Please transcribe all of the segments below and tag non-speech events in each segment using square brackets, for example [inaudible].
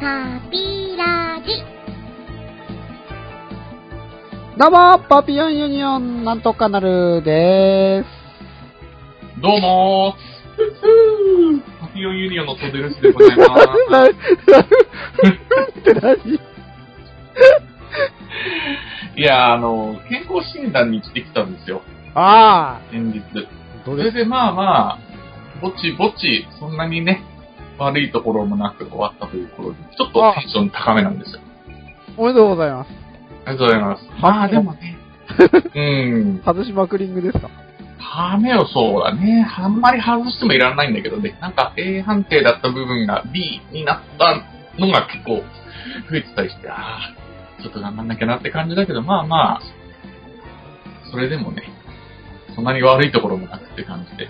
パピラジ。どうも、パピヨンユニオンなんとかなるでー。どうもーパピオンユニオンのトデルスでございますな、な、って何す。いやー、あの、健康診断に行ってきたんですよ、あ先日。あ、どそれれでまあまあ、ぼちぼち、そんなにね、悪いところもなく終わったということで、ちょっとテンション高めなんですよ。おめでとうございます。ありがとうございます。まあでもね、うん、外しまくりングですかハメをそうだね。あんまり外してもいらないんだけどね。なんか A 判定だった部分が B になったのが結構増えてたりして、ああ、ちょっと頑張んなきゃなって感じだけど、まあまあ、それでもね、そんなに悪いところもなくって感じで。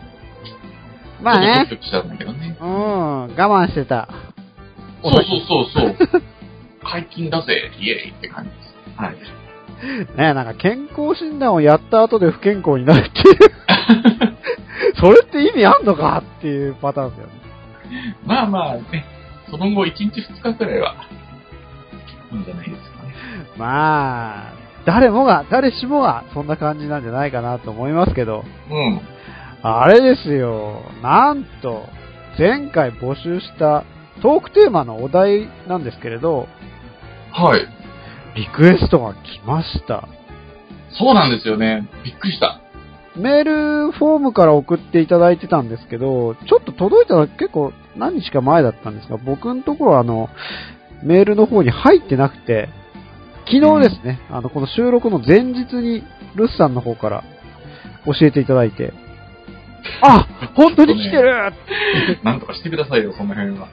まあちょね。っとドキドキしちゃうんだけどね。うん、我慢してた。そうそうそう [laughs] そう。解禁だぜ、イエーイって感じです。はい。ねなんか健康診断をやった後で不健康になるっていう。 [laughs] それって意味あんのかっていうパターンですよね。まあまあね、その後1日2日くらいは、いいんじゃないですかね。まあ、誰もが、誰しもがそんな感じなんじゃないかなと思いますけど、うん。あれですよ、なんと、前回募集したトークテーマのお題なんですけれど、はい。リクエストが来ました。そうなんですよね。びっくり [laughs] した。メールフォームから送っていただいてたんですけど、ちょっと届いたの結構何日か前だったんですが、僕のところはあの、メールの方に入ってなくて、昨日ですね、あの、この収録の前日に、ルスさんの方から教えていただいて、あ本当に来てる、なんとかしてくださいよ、その辺は。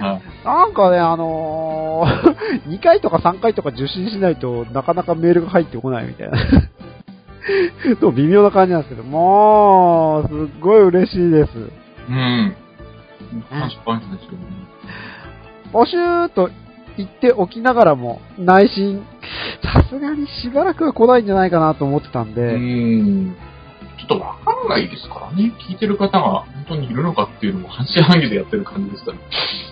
はいなんかね、あのー、2回とか3回と [laughs] か受信しないとなかなかメールが入ってこないみたいな。でも微妙な感じなんですけど、もう、すっごい嬉しいです。うん。感謝感謝ですよね。募集と言っておきながらも、内心、さすがにしばらくは来ないんじゃないかなと思ってたんで、うん。ちょっとわかんないですからね。聞いてる方が本当にいるのかっていうのも半信半疑でやってる感じですか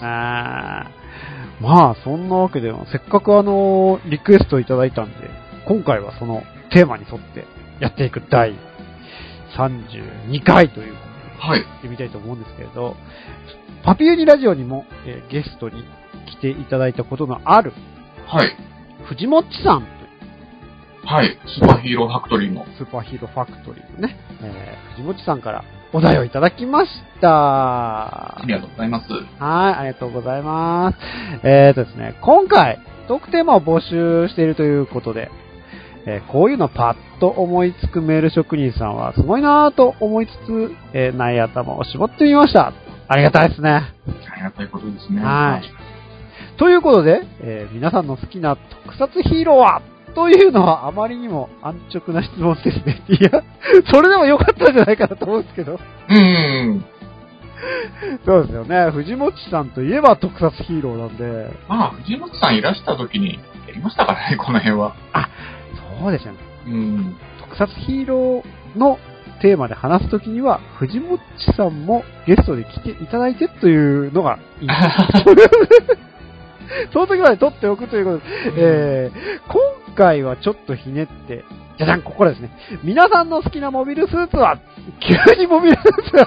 ら。あーまあ、そんなわけでは、せっかくあのーリクエストいただいたんで、今回はそのテーマに沿ってやっていく第32回ということではい。やってみたいと思うんですけれど、パピユニラジオにも、えーゲストに来ていただいたことのある、はい。藤もっちさんというはい。スーパーヒーローファクトリーの。スーパーヒーローファクトリーのね、えー、藤持さんからお題をいただきました。あはりがとうございます。い、ありがとうございます。えーとですね、今回、トークテーマを募集しているということで、えーこういうのパッと思いつくメール職人さんはすごいなぁと思いつつ、えー、ない頭を絞ってみました。ありがたいですね。ありがたいことですね。はいということで、えー皆さんの好きな特撮ヒーローはというのはあまりにも安直な質問ですね。 [laughs] いや、それでも良かったんじゃないかなと思うんですけど。うん。そうですよね。藤持さんといえば特撮ヒーローなんで。まあ、藤本さんいらした時にやりましたからね、この辺は。そうですよね。うん。特撮ヒーローのテーマで話すときには、藤持さんもゲストで来ていただいてというのが [laughs] いい。その時まで撮っておくということでえー今回はちょっとひねって、じゃじゃん、ここからですね。皆さんの好きなモビルスーツは、急にモビルスーツは、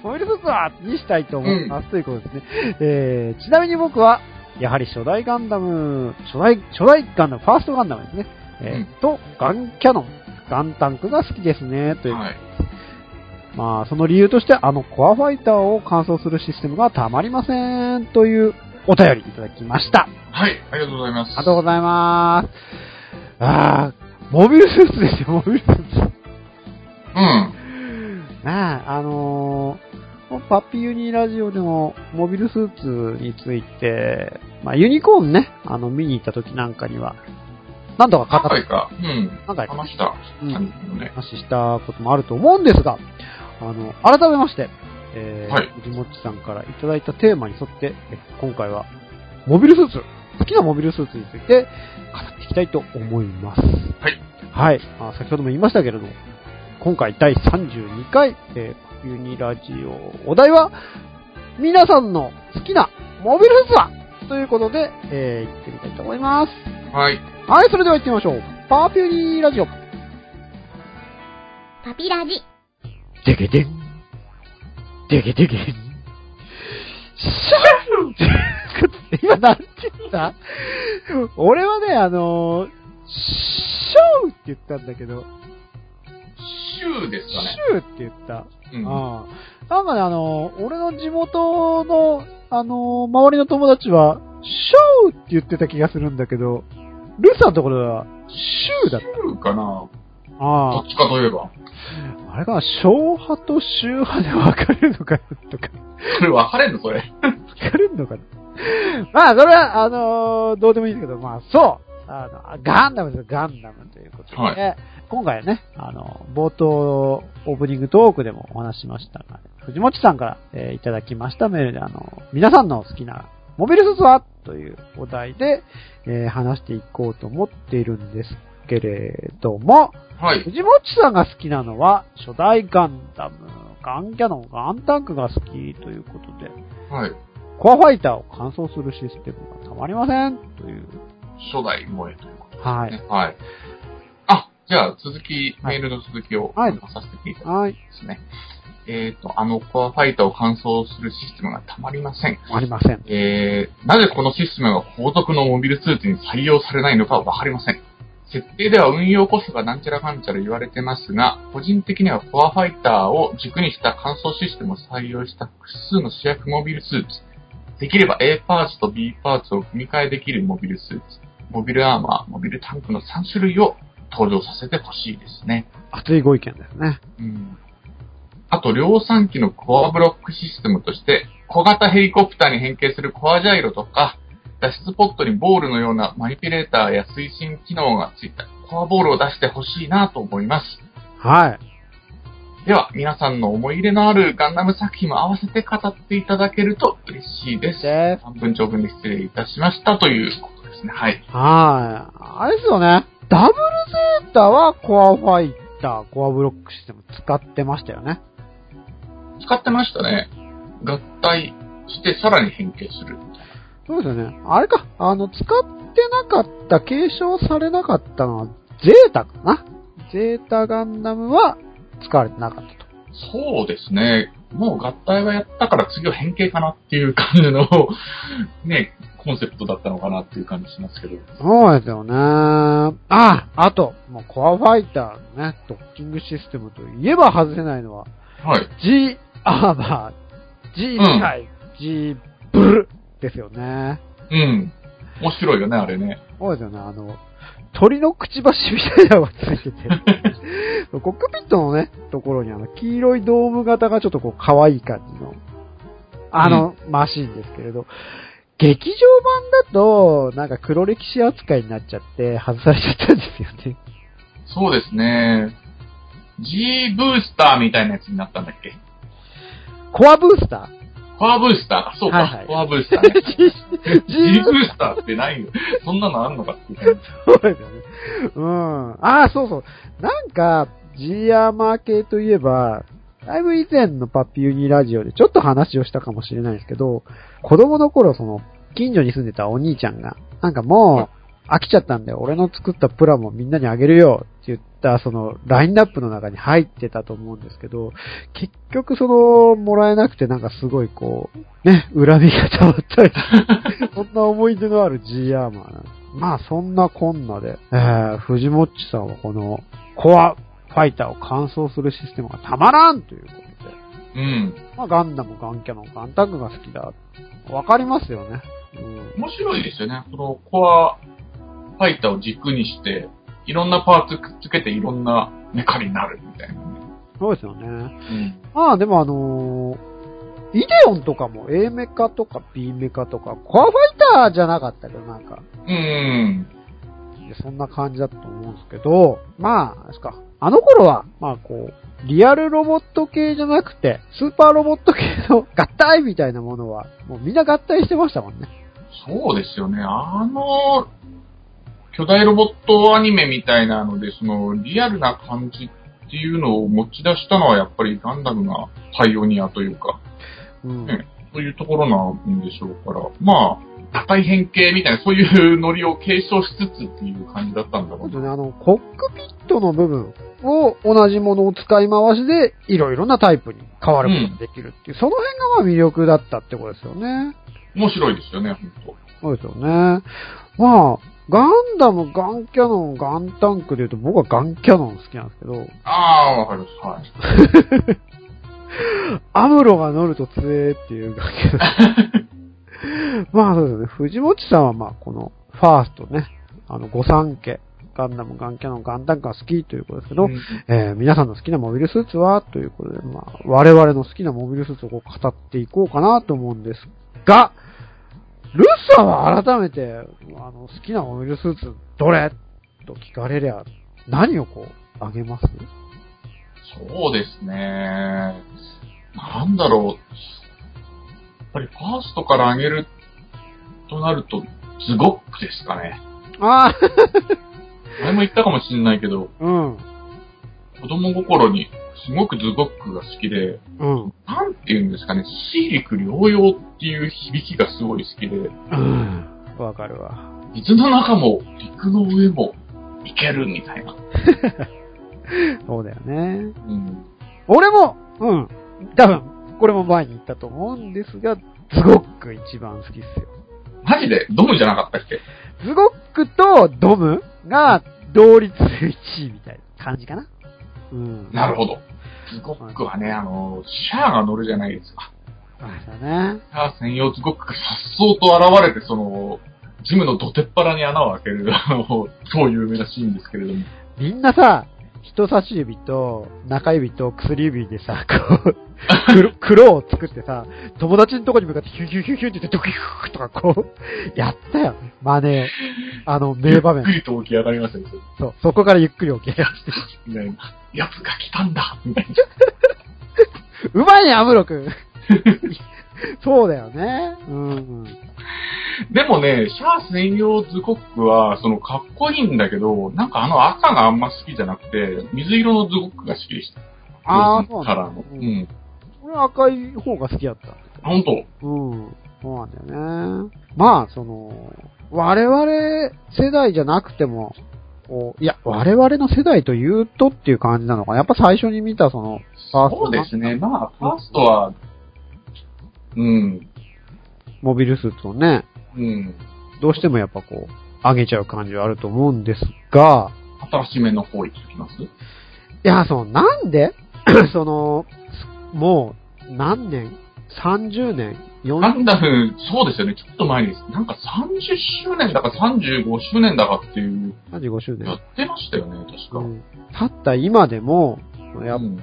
[laughs] モビルスーツはにしたいと思います、ということですね。えーちなみに僕は、やはり初代ガンダム、初代、初代ガンダム、ファーストガンダムですね。えーうんと、ガンキャノン、ガンタンクが好きですね、という。はい。まあ、その理由として、あのコアファイターを完走するシステムがたまりません、というお便りいただきました。はい。ありがとうございます。ありがとうございます。ああ、モビルスーツですよ、モビルスーツ。うん。ねえ、あのーパッピユニラジオでも、モビルスーツについて、まあ、ユニコーンね、あの、見に行った時なんかには、何度か何語っ回か、うん。何回か話したうん感じのね。話したこともあると思うんですが、あの、改めまして、えー、はい藤もっちさんからいただいたテーマに沿って、え今回は、モビルスーツ、好きなモビルスーツについて語っていきたいと思います。はい。はい。まあ、先ほども言いましたけれども、今回第32回、えーユニラジオ、お題は、皆さんの好きなモビルスーツはということで、えー、行ってみたいと思います。はい。はい、それでは行ってみましょう。パーピュニーラジオ。パピラジ、でけでん。でけでけん。シャーン [laughs] 今なんて言った俺はね、あのー、ショーって言ったんだけど、州ですかね。シューって言った。うん。ああなんかね、あのー、俺の地元の、あのー、周りの友達は、ショーって言ってた気がするんだけど、ルーさんのところは、シューだっ州かなた。あどっちかといえば。 [laughs] あ。あれかな、小派と州派で分かれるのかよ、とか。これ分かれんのそれ。疲れるのかな [laughs] まあ、それは、あのーどうでもいいんですけど、まあ、そう。あの、ガンダムですよ、ガンダムということで。は今回はね、あの、冒頭、オープニングトークでもお話ししましたが、藤本さんから、えーいただきましたメールで、あの、皆さんの好きなモビルスーツはというお題で、えー話していこうと思っているんですけれども、はい。藤本さんが好きなのは、初代ガンダム、ガンキャノン、ガンタンクが好きということで、はい。コアファイターを完走するシステムがたまりませんという。初代萌えというこはとでい。すね。はい。あ、じゃあ続き、はメいールの続きをはいさせていただきます。はい。ですね。えっ、と、あのコアファイターを完走するシステムがたまりません。ありません。えー、なぜこのシステムが後続のモビルスーツに採用されないのかはわかりません。設定では運用コストがなんちゃらかんちゃら言われてますが、個人的にはコアファイターを軸にした乾燥システムを採用した複数の主役モビルスーツ。できれば A パーツと B パーツを組み替えできるモビルスーツ、モビルアーマー、モビルタンクの3種類を登場させてほしいですね。熱いご意見ですね。うんあと、量産機のコアブロックシステムとして、小型ヘリコプターに変形するコアジャイロとか、脱出ポットにボールのようなマニピュレーターや推進機能がついたコアボールを出してほしいなと思います。はい。では、皆さんの思い入れのあるガンダム作品も合わせて語っていただけると嬉しいです。で半分長文で失礼いたしましたということですね。はい。はい。あれですよね。ダブルゼータはコアファイター、コアブロックシステム使ってましたよね。使ってましたね。合体してさらに変形する。そうですよね。あれか。あの、使ってなかった、継承されなかったのはゼータかな。ゼータガンダムは使われてなかったと。そうですね。もう合体はやったから次は変形かなっていう感じの、 [laughs] ね、コンセプトだったのかなっていう感じしますけど。そうですよね。あ、あと、もうコアファイターのね、ドッキングシステムといえば外せないのは、はい。 G アーバー、G うんハイ、G ブルですよね。うん。面白いよね、あれね。そうですよね、あの、鳥のくちばしみたいなのがついてて、コックピットのね、ところにあの、黄色いドーム型がちょっとこう、可愛い感じの、あの、マシンですけれど、劇場版だと、なんか黒歴史扱いになっちゃって、外されちゃったんですよね。そうですね。G ブースターみたいなやつになったんだっけコアブースタコアブースターか。そうか、はいはいコアブースタ [laughs] ーー [laughs] ね。 G G ブースターってないよ。そんなのあんのかっていう感じ。そうですよね。うん。ああ、そうそう。なんか、G アーマー系といえば、だいぶ以前のパッピユニラジオでちょっと話をしたかもしれないですけど、子供の頃、その、近所に住んでたお兄ちゃんが、なんかもう、飽きちゃったんで、俺の作ったプラもみんなにあげるよって言った、その、ラインナップの中に入ってたと思うんですけど、結局その、もらえなくてなんかすごいこう、ね、恨みが溜まったりそんな思い出のある G アーマーなんですまあそんなこんなで、えー、藤もっちさんはこのコアファイターを完走するシステムがたまらんということで、うん。まあガンダム、ガンキャノン、ガンタンクが好きだ。わかりますよね。うん。面白いですよね。このコアファイターを軸にして、いろんなパーツくっつけていろんなメカになるみたいなね。そうですよね。うん。まあでもあのーイデオンとかも A メカとか B メカとか、コアファイターじゃなかったけど、なんか、うん。でそんな感じだと思うんですけど、まあ、あれですか。あの頃は、まあこう、リアルロボット系じゃなくて、スーパーロボット系の [laughs] 合体みたいなものは、もうみんな合体してましたもんね。そうですよね。あの、巨大ロボットアニメみたいなので、その、リアルな感じっていうのを持ち出したのは、やっぱりガンダムがパイオニアというか、うん。ねそういうところなんでしょうから、まあ、硬い変形みたいな、そういうノリを継承しつつっていう感じだったんだろそううですな。ね、あの、コックピットの部分を同じものを使い回しで、いろいろなタイプに変わることができるっていう、その辺がまあ魅力だったってことですよね。面白いですよね、本当そうですよね。まあ、ガンダム、ガンキャノン、ガンタンクで言うと、僕はガンキャノン好きなんですけど、ああ、わかります。はい。アムロが乗ると強えっていうガンキャノン。 [laughs] まあそうですね、藤本さんはまあ、この、ファーストね、あの、御三家、ガンダム、ガンキャノン、ガンタンクが好きということですけど、うんえー皆さんの好きなモビルスーツはということで、まあ、我々の好きなモビルスーツをこう語っていこうかなと思うんですが、ルッサは改めて、あの、好きなモビルスーツどれと聞かれりゃ、何をこう、あげますそうですね。なんだろう。やっぱりファーストから上げるとなると、ズゴックですかね。ああ、前も言ったかもしれないけど、うん、子供心にすごくズゴックが好きで、うん、なんて言うんですかね、シーリク両用っていう響きがすごい好きで、うん、わかるわ。水の中も陸の上も行けるみたいな。そうだよね。うん。俺も、うん、多分、これも前に言ったと思うんですが、ズゴック一番好きっすよ。マジでドムじゃなかったっけズゴックとドムが同率1位みたいな感じかな。うん。なるど。ほど。ズゴックはね、あの、シャアが乗るじゃないですか。そうだね。シャア専用ズゴックがさっそうと現れて、その、ジムのどてっぱらに穴を開ける、 [laughs] あの、超有名らしいんですけれども。みんなさ、人差し指と中指と薬指でさ、こう、 [laughs] 黒黒を作ってさ、友達のとこに向かってヒューヒューヒューヒューって言ってドキューとかこう、やったよね。真似を。あの、名場ゆっく [laughs] 面。りと起き上がりましたよ、そう。そこからゆっくり起き上がって。みたいな。やつが来たんだみたいな。うまいね、アムロ [laughs] 君。そうだよね。うん。でもね、シャア専用ズゴックは、その、かっこいいんだけど、なんかあの赤があんま好きじゃなくて、水色のズゴックが好きでした。ああ、ロそーうズカなラーんのだ。。ううん。ん。俺は赤い方が好きだった。本当うん。そうなんだよね。まあ、その、我々世代じゃなくても、こういや、我々の世代というとっていう感じなのかな。やっぱ最初に見たその、ファーストそうですね。まあ、ファーストは、うん、モビルスーツをね、うん、どうしてもやっぱこう、上げちゃう感じはあると思うんですが、新しめの方行ってきますいや、その、なんで [clears throat] その、もう、何年 ?30 年 ?40 ガ年ンダム、そうですよね。ちょっと前に、なんか30周年だか35周年だかっていう、 ?35 周年やってましたよね、確か。うんたった今でも、やっうんね、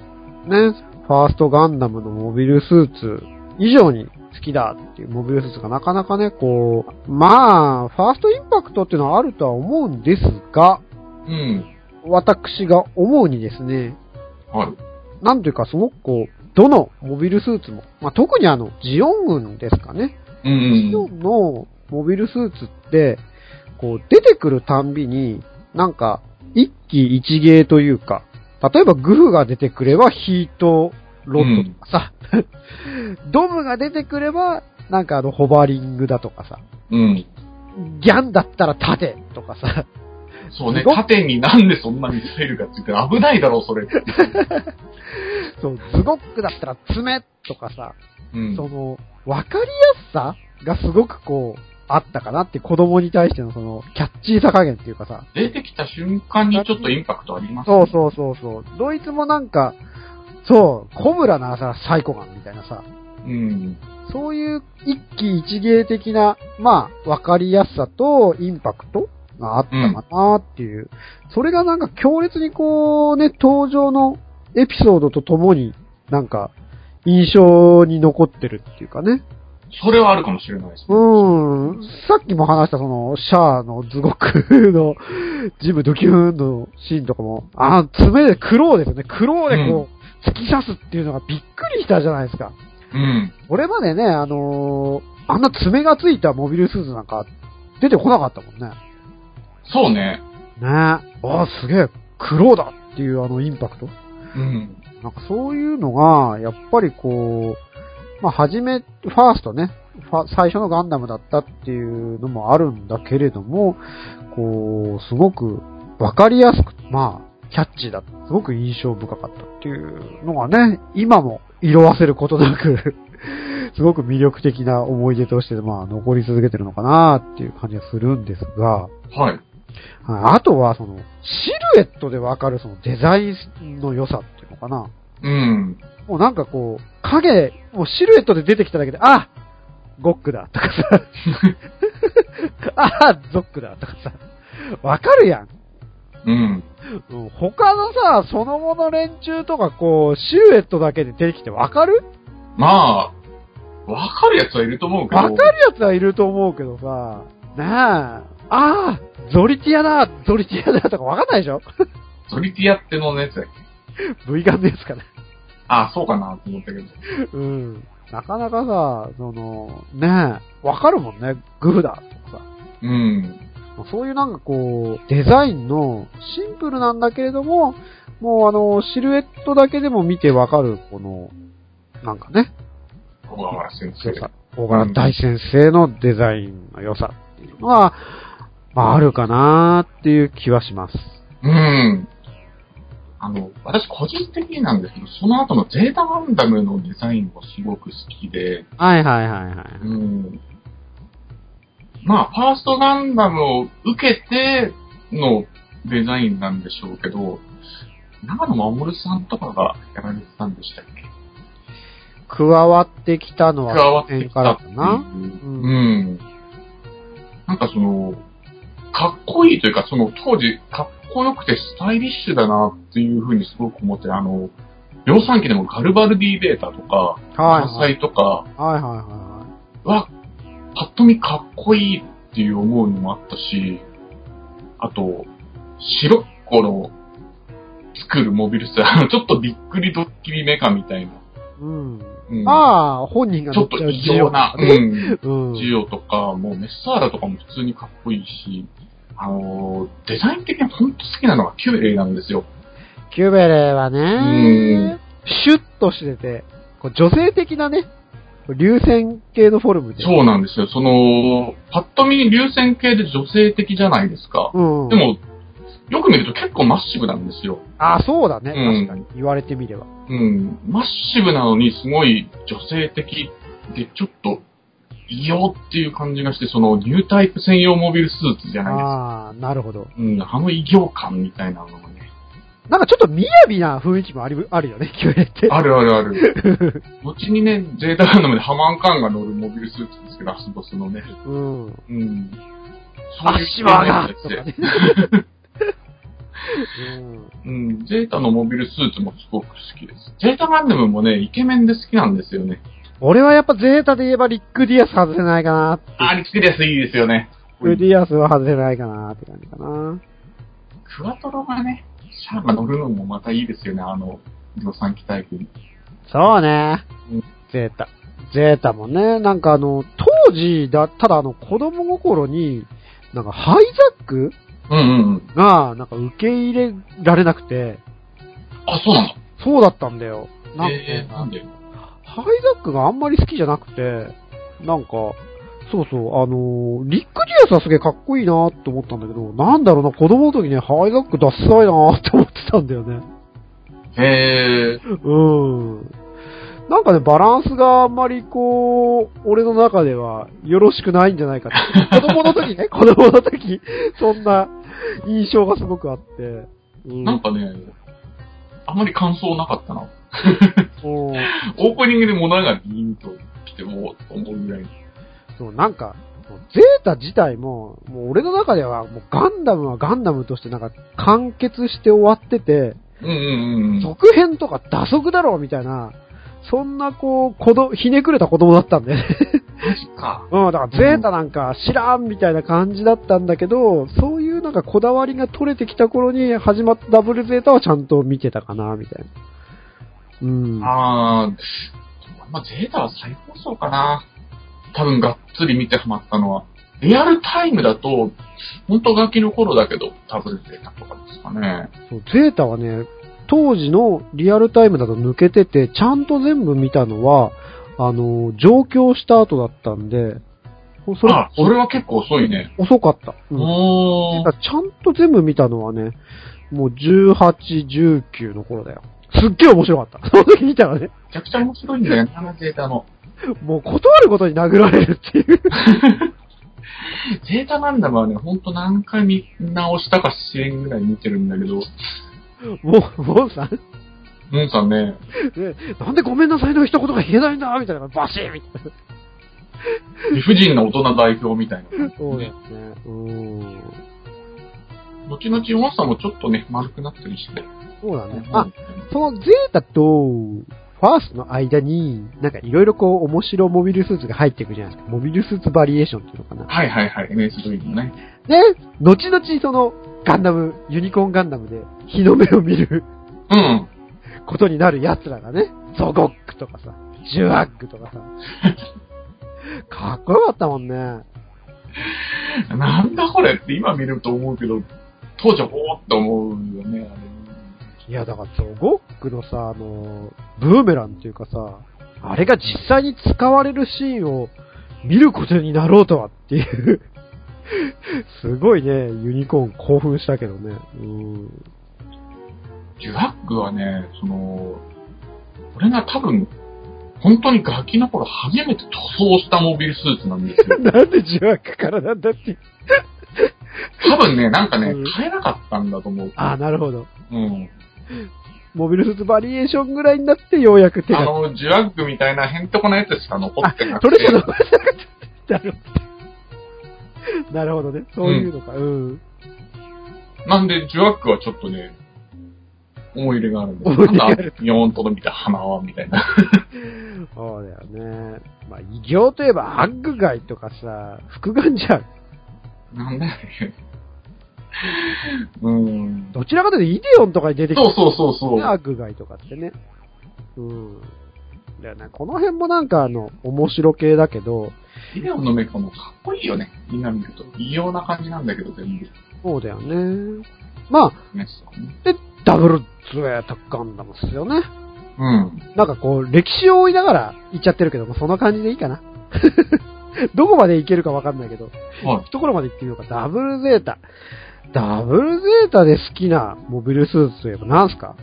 ファーストガンダムのモビルスーツ以上に好きだっていうモビルスーツがなかなかね、こう、まあ、ファーストインパクトっていうのはあるとは思うんですが、うん。私が思うにですね、はい。なんというかすごくこう、どのモビルスーツも、まあ、特にあの、ジオン軍ですかね。うジオん。ンのモビルスーツって、こう、出てくるたんびに、なんか、一機一芸というか、例えばグフが出てくればヒートロッドとかさ、 [laughs] ドムが出てくれば、なんかあの、ホバリングだとかさ、うん。ギャンだったら盾とかさ、そうねすご、い縦になんでそんなミサイルがついてる危ないだろう、それ。そう、ズゴックだったら爪とかさ、うん。その、わかりやすさがすごくこう、あったかなって子供に対してのその、キャッチーさ加減っていうかさ、出てきた瞬間にちょっとインパクトありますそうそうそうそう。ドイツもなんか、そう、コブラならさ、サイコガンみたいなさ、う。うん。そういう一喜一芸的な、まあ、わかりやすさとインパクトがあったかなっていう。それがなんか強烈にこうね、登場のエピソードとともに、なんか、印象に残ってるっていうかね。それはあるかもしれないですうね。ーん。さっきも話したその、シャアのズゴクの、ジムドキューンのシーンとかも、あの、爪で、クローですよね。クローでこう、突き刺すっていうのがびっくりしたじゃないですか。うん。これまでね、あのーあんな爪がついたモビルスーツなんか出てこなかったもんね。ねそうね。え。ああ、すげえ、クローだっていうあのインパクト。うん。なんかそういうのが、やっぱりこう、まあ、はじめ、ファーストね、ファ最初のガンダムだったっていうのもあるんだけれども、こう、すごくわかりやすく、まあ、キャッチーだった。すごく印象深かったっていうのがね、今も色あせることなく、 [laughs] すごく魅力的な思い出として、まあ、残り続けてるのかなっていう感じがするんですが、はい。はいあとは、その、シルエットでわかるそのデザインの良さっていうのかな。うん。もうなんかこう、影、もうシルエットで出てきただけで、あゴックだとかさ、あゾックだとかさ、わかるやん。うん。うん他のさ、その後の連中とかこう、シルエットだけで出てきてわかるまあ、わかるやつはいると思うけど。わかるやつはいると思うけどさ、なあ、ああ、ゾリティアだ、ゾリティアだとかわかんないでしょソリティアってのやつだっけ ?V ガンのやつかな。ああ、そうかなと思ったけど。うん。なかなかさ、その、ねえ、わかるもんね、グフだとかさ。うん。そういうなんかこう、デザインのシンプルなんだけれども、もうあの、シルエットだけでも見てわかる、この、なんかね、小川原先生良。さ。大柄大先生のデザインの良さっていうのは、まああるかなーっていう気はします。うん。あの、私個人的になんですけど、その後のゼータガンダムのデザインもすごく好きで、はいはいはいはい。うん。まあ、ファーストガンダムを受けてのデザインなんでしょうけど、長野守さんとかがやられてたんでしたっけ加わってきたのは、加わってきかたらってかいう。な。うん。なんかその、かっこいいというか、その当時、かっこよくてスタイリッシュだなっていうふうにすごく思って、あの、量産機でもガルバルディベータとか、はい火はい。災とかはいはいはは、ぱっと見かっこいいっていう思うのもあったし、あと、白っ子の作るモビルスーツ、あの、ちょっとびっくりドッキリメカみたいい。な。うん。うん、まあ、本人がちょ乗っっとちゃう異常な、事情とかうねん、うん。ジオとか、もうメッサーラとかも普通にかっこいいし、あのーデザイン的に本当好きなのがキュウレイなんですよ。キュベレーはうんね、シュッとしてて、こう女性的なね、こう流線系のフォルムで。そうなんですよ。その、パッと見流線系で女性的じゃないですか。うん。でも、よく見ると結構マッシブなんですよ。あ、そうだね。うん確かに。言われてみれば。うん。マッシブなのにすごい女性的で、ちょっと、異様っていう感じがして、そのニュータイプ専用モビルスーツじゃないですか。ああ、なるほど。うん、あの異形感みたいなのがね。なんかちょっと雅な雰囲気もありあるよね、 [laughs] キュベレーって。あるあるある。 [laughs] 後にね、ゼータガンダムでハマンカンが乗るモビルスーツですけど、ラスボスのね。うん。うん。足場がそういう系とのかやつでね。うんうん、ゼータのモビルスーツもすごく好きです。ゼータガンダムもね、イケメンで好きなんですよね。俺はやっぱゼータで言えばリック・ディアス外せないかな。あー、リックディアスいいですよね。リック・ディアスは外せないかなって感じかな。クワトロがね、シャアが乗るのもまたいいですよね、あの、量産機タイプに。そうねうん。ゼータ。ゼータもね、なんかあの、当時だったらあの、子供心に、なんかハイザックうんうんうん。が、なんか受け入れられなくて、あ、そうなそうだったんだよ。なんのか、えー、なんでハイザックがあんまり好きじゃなくて、なんか、そうそう、あのーリック・ディアスはすげえかっこいいなと思ったんだけど、なんだろうな、子供の時ね、ハイザックダッサいなって思ってたんだよね。へー。うん。なんかね、バランスがあんまりこう、俺の中ではよろしくないんじゃないか [laughs] って。子供の時ね、子供の時、そんな印象がすごくあって。うん。なんかね、あんまり感想なかったな。そうオープニングで物がビーンと来て、もう、思うぐらい。そう、なんか、ゼータ自体も、もう俺の中では、もうガンダムはガンダムとしてなんか完結して終わってて、うんうんうん。続編とか打足だろうみたいな、そんなこう、子供、ひねくれた子供だったんで、マジか。うん、だからゼータなんか知らんみたいな感じだったんだけど、そういうなんかこだわりが取れてきた頃に始まったダブルゼータはちゃんと見てたかな、みたいな。うん。あー、まあ、ゼータは最高層かな。多分がっつり見てハマったのは。リアルタイムだと、本当ガキの頃だけど、ダブルゼータとかですかね。そうゼータはね、当時のリアルタイムだと抜けてて、ちゃんと全部見たのは、あの、上京した後だったんで、それあ、それは結構遅いね。遅かった。うんおだかー。らちゃんと全部見たのはね、もう18、19の頃だよ。すっげえ面白かった。その時見たらね、めちゃくちゃ面白いんだよね、あのゼータの。もう断ることに殴られるっていう。ゼータガンダムはね、ほんと何回見直したか支援ぐらい見てるんだけど、もう、もうさ、ねムンさんね、なんでごめんなさいの一言が言えないんだみたいな、バシーみたいな。理不尽な大人代表みたいな。そうですね。うーん。後々、ヨンさんもちょっとね、丸くなったりして。そうだね。あ、そのゼータと、ファーストの間に、なんかいろいろこう、面白モビルスーツが入っていくじゃないですか。モビルスーツバリエーションっていうのかな。はいはいはい、MSV のね。ね、後々その、ガンダム、ユニコーンガンダムで、日の目を見るうん。ことになる奴らがね、ゾゴックとかさ、ジュアックとかさ、かっこよかったもんね。なんだこれって今見ると思うけど、当時はおーって思うよね、いや、だからゾゴックのさ、あの、ブーメランっていうかさ、あれが実際に使われるシーンを見ることになろうとはっていう。 [laughs] すごいね、ユニコーン興奮したけどね。うん。あれ。ジュラックはね、その、俺が多分、本当にガキの頃初めて塗装したモビルスーツな [laughs] んですよ。なんでジュアックからなんだっていう。多分ね、なんかねうん、買えなかったんだと思う。ああ、なるほど。うん。モビルスーツバリエーションぐらいになってようやく手あが。の、ジュラックみたいなへんてこなやつしか残ってなそくれて [laughs] じゃ。なかった。なるほど。なるほどね。そういうのか。うん。なんで、ジュワックはちょっとね、思い入れがあるんで思い入す。れがあなんるか、ヨーンと伸びた鼻は、み [laughs] たいな。そうだよね。まあ、異形といえば、アッグガイとかさ、複眼じゃん。なんだよね。うん。どちらかというと、イデオンとかに出てきそうてそうそうそう。ね、アッグガイとかってね。うん。だよね。この辺もなんか、あの、面白系だけど、ビデオのメカもかっこいいよね。みんな見ると。異様な感じなんだけど、全部。そうだよね。まあ、ね、そうね。で、ダブルツエアタッガンダムっすよね。うん。なんかこう、歴史を追いながら言っちゃってるけど、もうその感じでいいかな。 [laughs] どこまでいけるかわかんないけど、はい。ところまで行ってみようか。ダブルゼータ。ダブルゼータで好きなモビルスーツといえば何すか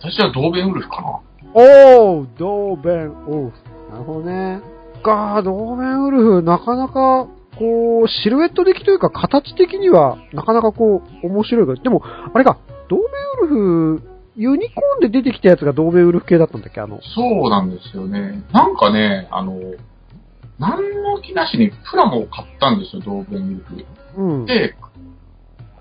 私はドーベンウルフかな。おー、ドーベンウルフ。なるほどね。かー、ドーベンウルフ、なかなか、こう、シルエット的というか、形的には、なかなかこう、面白いけど、でも、あれか、ドーベンウルフ、ユニコーンで出てきたやつがドーベンウルフ系だったんだっけあの、そうなんですよね。なんかね、あの、何の気なしにプラモを買ったんですよ、ドーベンウルフ。うん。で、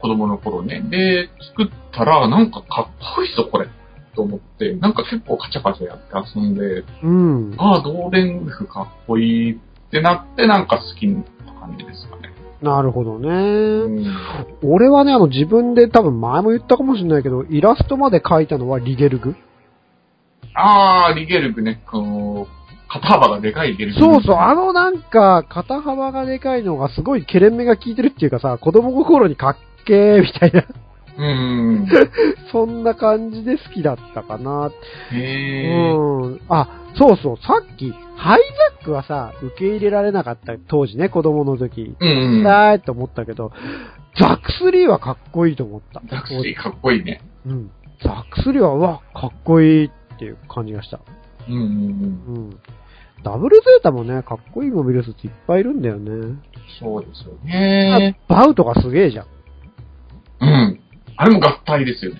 子供の頃ね。で、作ったら、なんかかっこいいぞ、これ。と思って、なんか結構カチャカチャやって遊んで、うん。ああ、ドーベンウルフかっこいいってなって、なんか好きな感じですかね。なるほどね。うん俺はね、あの、自分で多分前も言ったかもしれないけど、イラストまで描いたのはリゲルグ。あー、リゲルクね、この、肩幅がでかいリゲルク。そうそう、あのなんか、肩幅がでかいのがすごいケレン目が効いてるっていうかさ、子供心にかっけーみたいな、 [laughs] う。うん。そんな感じで好きだったかな。うへー。ん。あ、そうそう、さっき、ハイザックはさ、受け入れられなかった当時ね、子供の時。うん、うん。ダだーいと思ったけど、ザックスリーはかっこいいと思った。クシーかっこいいね。うん。ザックスリーは、うわ、かっこいいっていう感じがした。うんうんうん。うん。ダブルゼータもね、かっこいいモビルスーツいっぱいいるんだよね。そうですよね。バウトがすげえじゃん。うん。あれも合体ですよね。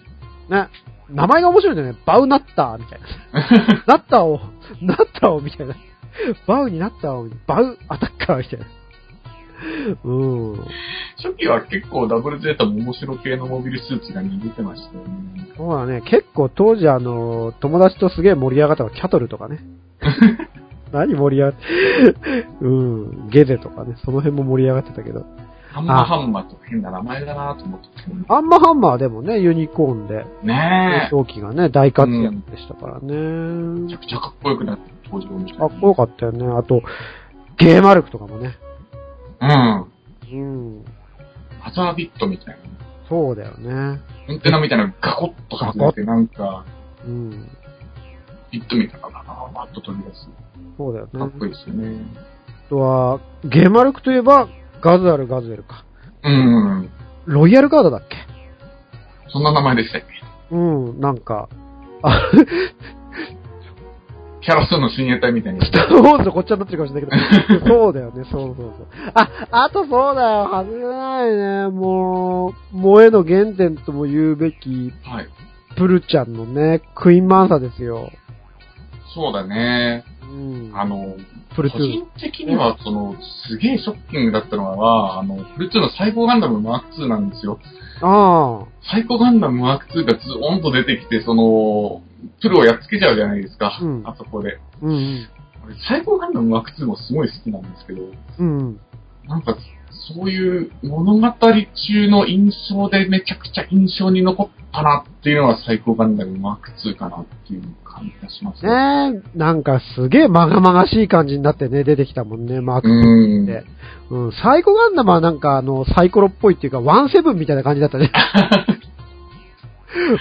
ね。名前が面白いんだよね。バウナッターみたいな。ナッターを、ナッターをみたいな。バウになったを、バウアタッカーみたいな。うん。初期は結構ダブルゼータも面白系のモビルスーツが似てましたよね。そうだね。結構当時あの、友達とすげえ盛り上がったのはキャトルとかね。何盛り上がって、うん。ゲゼとかね。その辺も盛り上がってたけど。ハンマーハンマーと変な名前だなと思ってたけどアンマハンマーでもね、ユニコーンで、ねえ。同期がね、大活躍でしたからね。めちゃくちゃかっこよくなって、登場みたいかっこよかったよね。あと、ゲーマルクとかもね。うん。うん。ハザービットみたいな。そうだよね。アンテナみたいなのガコッと外れて、なんか、うん。ピッと見たからな、バッと飛び出す。そうだよね。かっこいいですよね。あとは、ゲマルクといえば、ガズアル、ガズエルか。うん。ロイヤルガードだっけそんな名前でしたっけうん、なんか、あ、キャラ2の親衛隊みたいにス。ターウォーズとごっちゃになってるかもしれないけど、そうだよね、そうそうそう。あ、あとそうだよ、外れないね、もう、萌えの原点とも言うべき、はい。プルちゃんのね、クイーンマンサですよ。そうだね。うん。あの、プルツ個ー。人的には、その、すげえショッキングだったのは、あの、フル2の最高ガンダムマーク2なんですよ。あサイコガンダムマーク2がズーンと出てきて、その、プロをやっつけちゃうじゃないですか、うんあそこで。あ、うん俺サイコガンダムマーク2もすごい好きなんですけど、うん。うん。なんか、そういう物語中の印象でめちゃくちゃ印象に残ったなっていうのはサイコガンダムマーク2かなっていう感じがしますね。ねえ、なんかすげえまがまがしい感じになってね、出てきたもんね、マーうクーん。でうん、サイコガンダムはなんかあの、サイコロっぽいっていうか、ワンセブンみたいな感じだった [laughs] ね。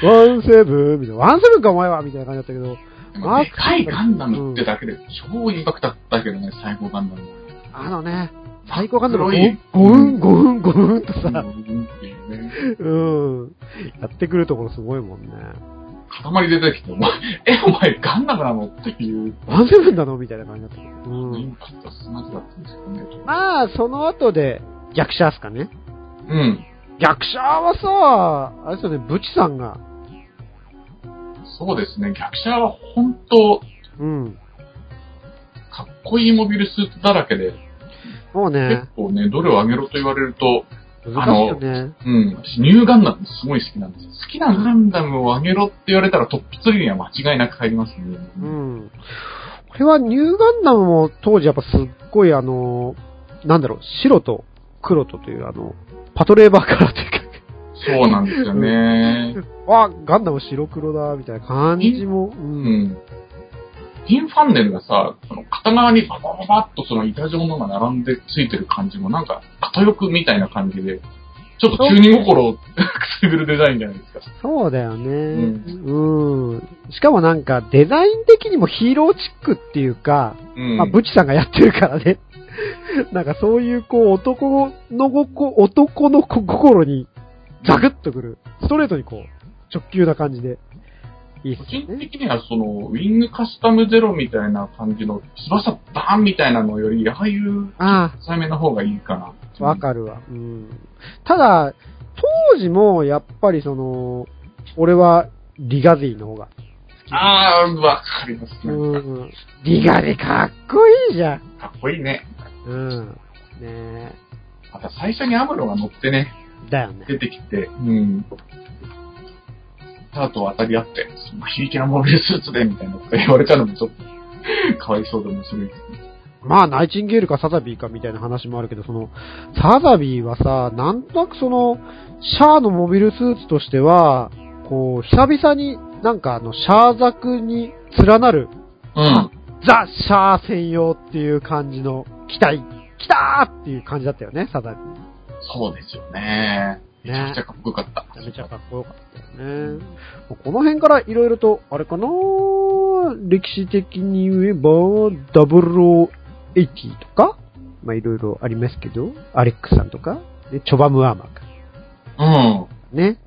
ワンセブンみたいな。ワンセブンかお前はみたいな感じだったけど、でマもーでクかいガンダムってだけで超インパクトだったけどね、サイコガンダム。あのね、サイコガンダム黒いゴゴウン、ゴウン、ゴウンとうんさ、っていうねうん、やってくるところすごいもんね。塊出てきて、お前、 [laughs] え、お前ガンダムなのっていう、ワンセブンなのみたいな感じだったけど。うイん。ンパクトはすまじかったんですよね。まあ、その後で、逆者っすかね。うん。逆者はさ、あれですよね、ブチさんが、そうですね、逆者は本当、うん、かっこいいモビルスーツだらけで、もうね結、構ね、どれを上げろと言われると、あ難しいのよね。うん、私ニューガンダムすごい好きなんです。好きなガンダムを上げろって言われたらトップ3には間違いなく入りますね。うん。これはニューガンダムも当時やっぱすっごいあの、なんだろう、白と黒とというあの、パトレーバーカラーというか、そうなんですよね。 [laughs] わ、ガンダム白黒だ、みたいな感じも。う。うんん。インファンネルがさ、その片側にババババッとその板状のが並んでついてる感じもなんか片翼みたいな感じで、ちょっと中二心をくすぐるデザインじゃないですか。そうだよね。ううん。しかもなんか、デザイン的にもヒーローチックっていうか、うん。まあ、ブチさんがやってるからね。 [laughs] なんかそういう、こう、男のごこ、男のこ心に、ザクッとくる。ストレートにこう、直球な感じで。いいっ個すよ人ね。的にはその、ウィングカスタムゼロみたいな感じの翼バーンみたいなのより、ああいうあ抑えめの方がいいかな。あ、わかるわ。うん。ただ、当時も、やっぱりその、俺は、リガゼイの方がああ、わかりますうね。ん。リガでかっこいいじゃん。かっこいいね。うん。ねまた最初にアムロが乗ってね、え。だよね。出てきて、うん。タートを当たり合って、そんなひいきなモビルスーツで、みたいなこと言われたのもちょっと、 [laughs] かわいそうで面白いですね。まあ、ナイチンゲールかサザビーかみたいな話もあるけど、その、サザビーはさ、なんとなくその、シャアのモビルスーツとしては、こう、久々に、なんかあの、シャアザクに連なる、うん。ザ・シャア専用っていう感じの期待、来たーっていう感じだったよね、サザビー。そうですよね。めちゃくちゃかっこよかった。めちゃめちゃかっこよかったよね。もうこの辺からいろいろと、あれかな歴史的に言えば、0080とか、まあいろいろありますけど、アレックスさんとか、でチョバムアーマーか。うん。ね。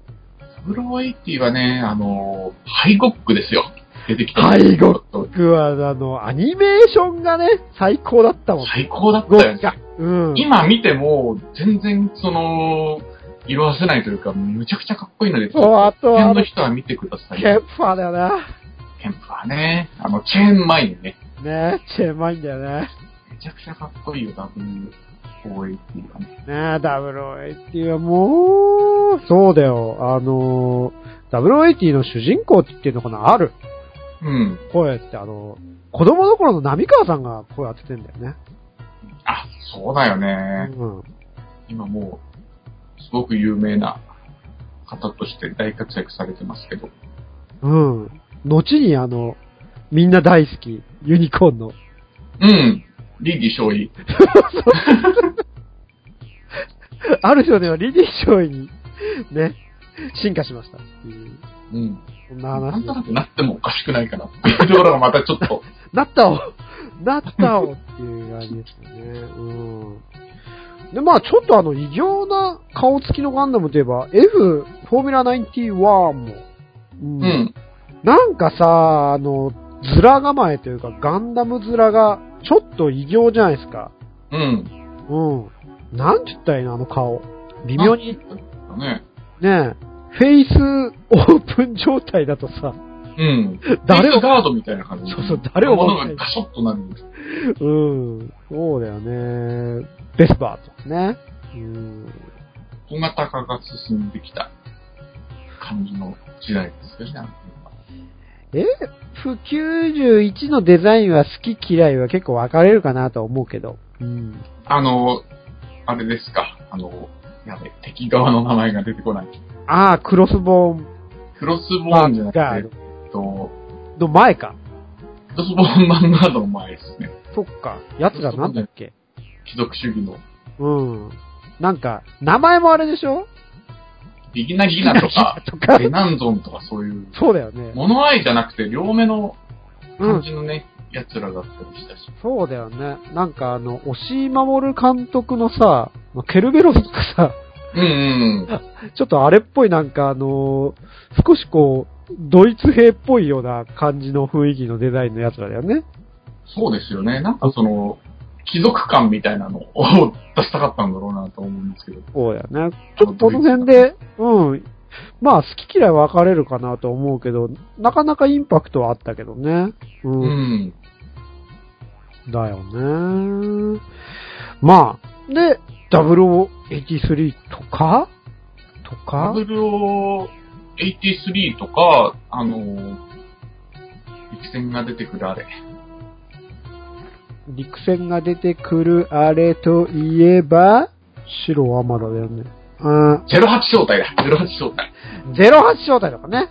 サブロー80はね、あのーハイゴックですよ。出てきた。ハイゴック。僕は、あの、アニメーションがね、最高だったもん。最高だったゴよッね。が。うん。今見ても、全然、その、色褪せないというか、むちゃくちゃかっこいいので、そう、あとは辺あのの、人は見てください。ケンファーだよな。ケンプはね、あの、チェーン前にね、ねチェンマインだよね。めちゃくちゃかっこいいよ、WOA っていうかね。ねえ、0080はもう、そうだよ。あのー、0080の主人公って言ってるのかなあるうん。声って、あのー、子供の頃の波川さんが声当ててんだよね。あ、そうだよね。うん。今もう、すごく有名な方として大活躍されてますけど。うん。後にあの、みんな大好き、ユニコーンの。うん。リーディ勝利。ある少年はリリー少尉に、ね、進化しました。うんうん。こんななん話と。なくなってもおかしくないかなっていうところがまたちょっと、なったをなったをっていう感じですよね。うん。で、まあちょっとあの、異常な顔つきのガンダムといえば、F、フォーミュラ91も、うん [laughs] うん。なんかさ、あの、面構えというか、ガンダム面が、ちょっと異常じゃないですか。うん。うん。なんちゅったらいいの、あの顔。微妙に、ね。ねえ、フェイスオープン状態だとさ、うん。誰も、ガードみたいな感じ。そうそう誰も物持ってがなガショッとなるんです。うん、そうだよね。ベスバーとかね。うん。小型化が進んできた感じの時代ですよね。 F 91のデザインは好き嫌いは結構分かれるかなとは思うけど。うん。あの、あれですか。あの、やべ、敵側の名前が出てこない。ああ、クロスボーンクロスボーバンじゃなンくて、ガえーっと、ドの前か。クロスボーンマンガードの前ですね。そっか。奴らなんだっけ貴族主義の、うん。なんか、名前もあれでしょビギナギナ [laughs] とか、とか。レナンゾンとかそういう、そうだよね。物愛じゃなくて両目のう感ん。じのね、奴らだったりしたし。そうだよね。なんかあの、押井守監督のさ、ケルベロスとかさ、うんうんうん。ちょっとあれっぽいなんかあのー少しこう、ドイツ兵っぽいような感じの雰囲気のデザインのやつらだよね。そうですよね。なんかその、貴族感みたいなのを [laughs] 出したかったんだろうなと思うんですけど。そうだよね。ちょっとこの辺で、うん。まあ、好き嫌い分かれるかなと思うけど、なかなかインパクトはあったけどね。ううん。ん。だよね。まあ、で、0083とかとか W83 とか、あのー、陸戦が出てくるあれ。陸戦が出てくるあれといえば、白はまだだよね。あ08正体だ。08正体。ー08正体とかね。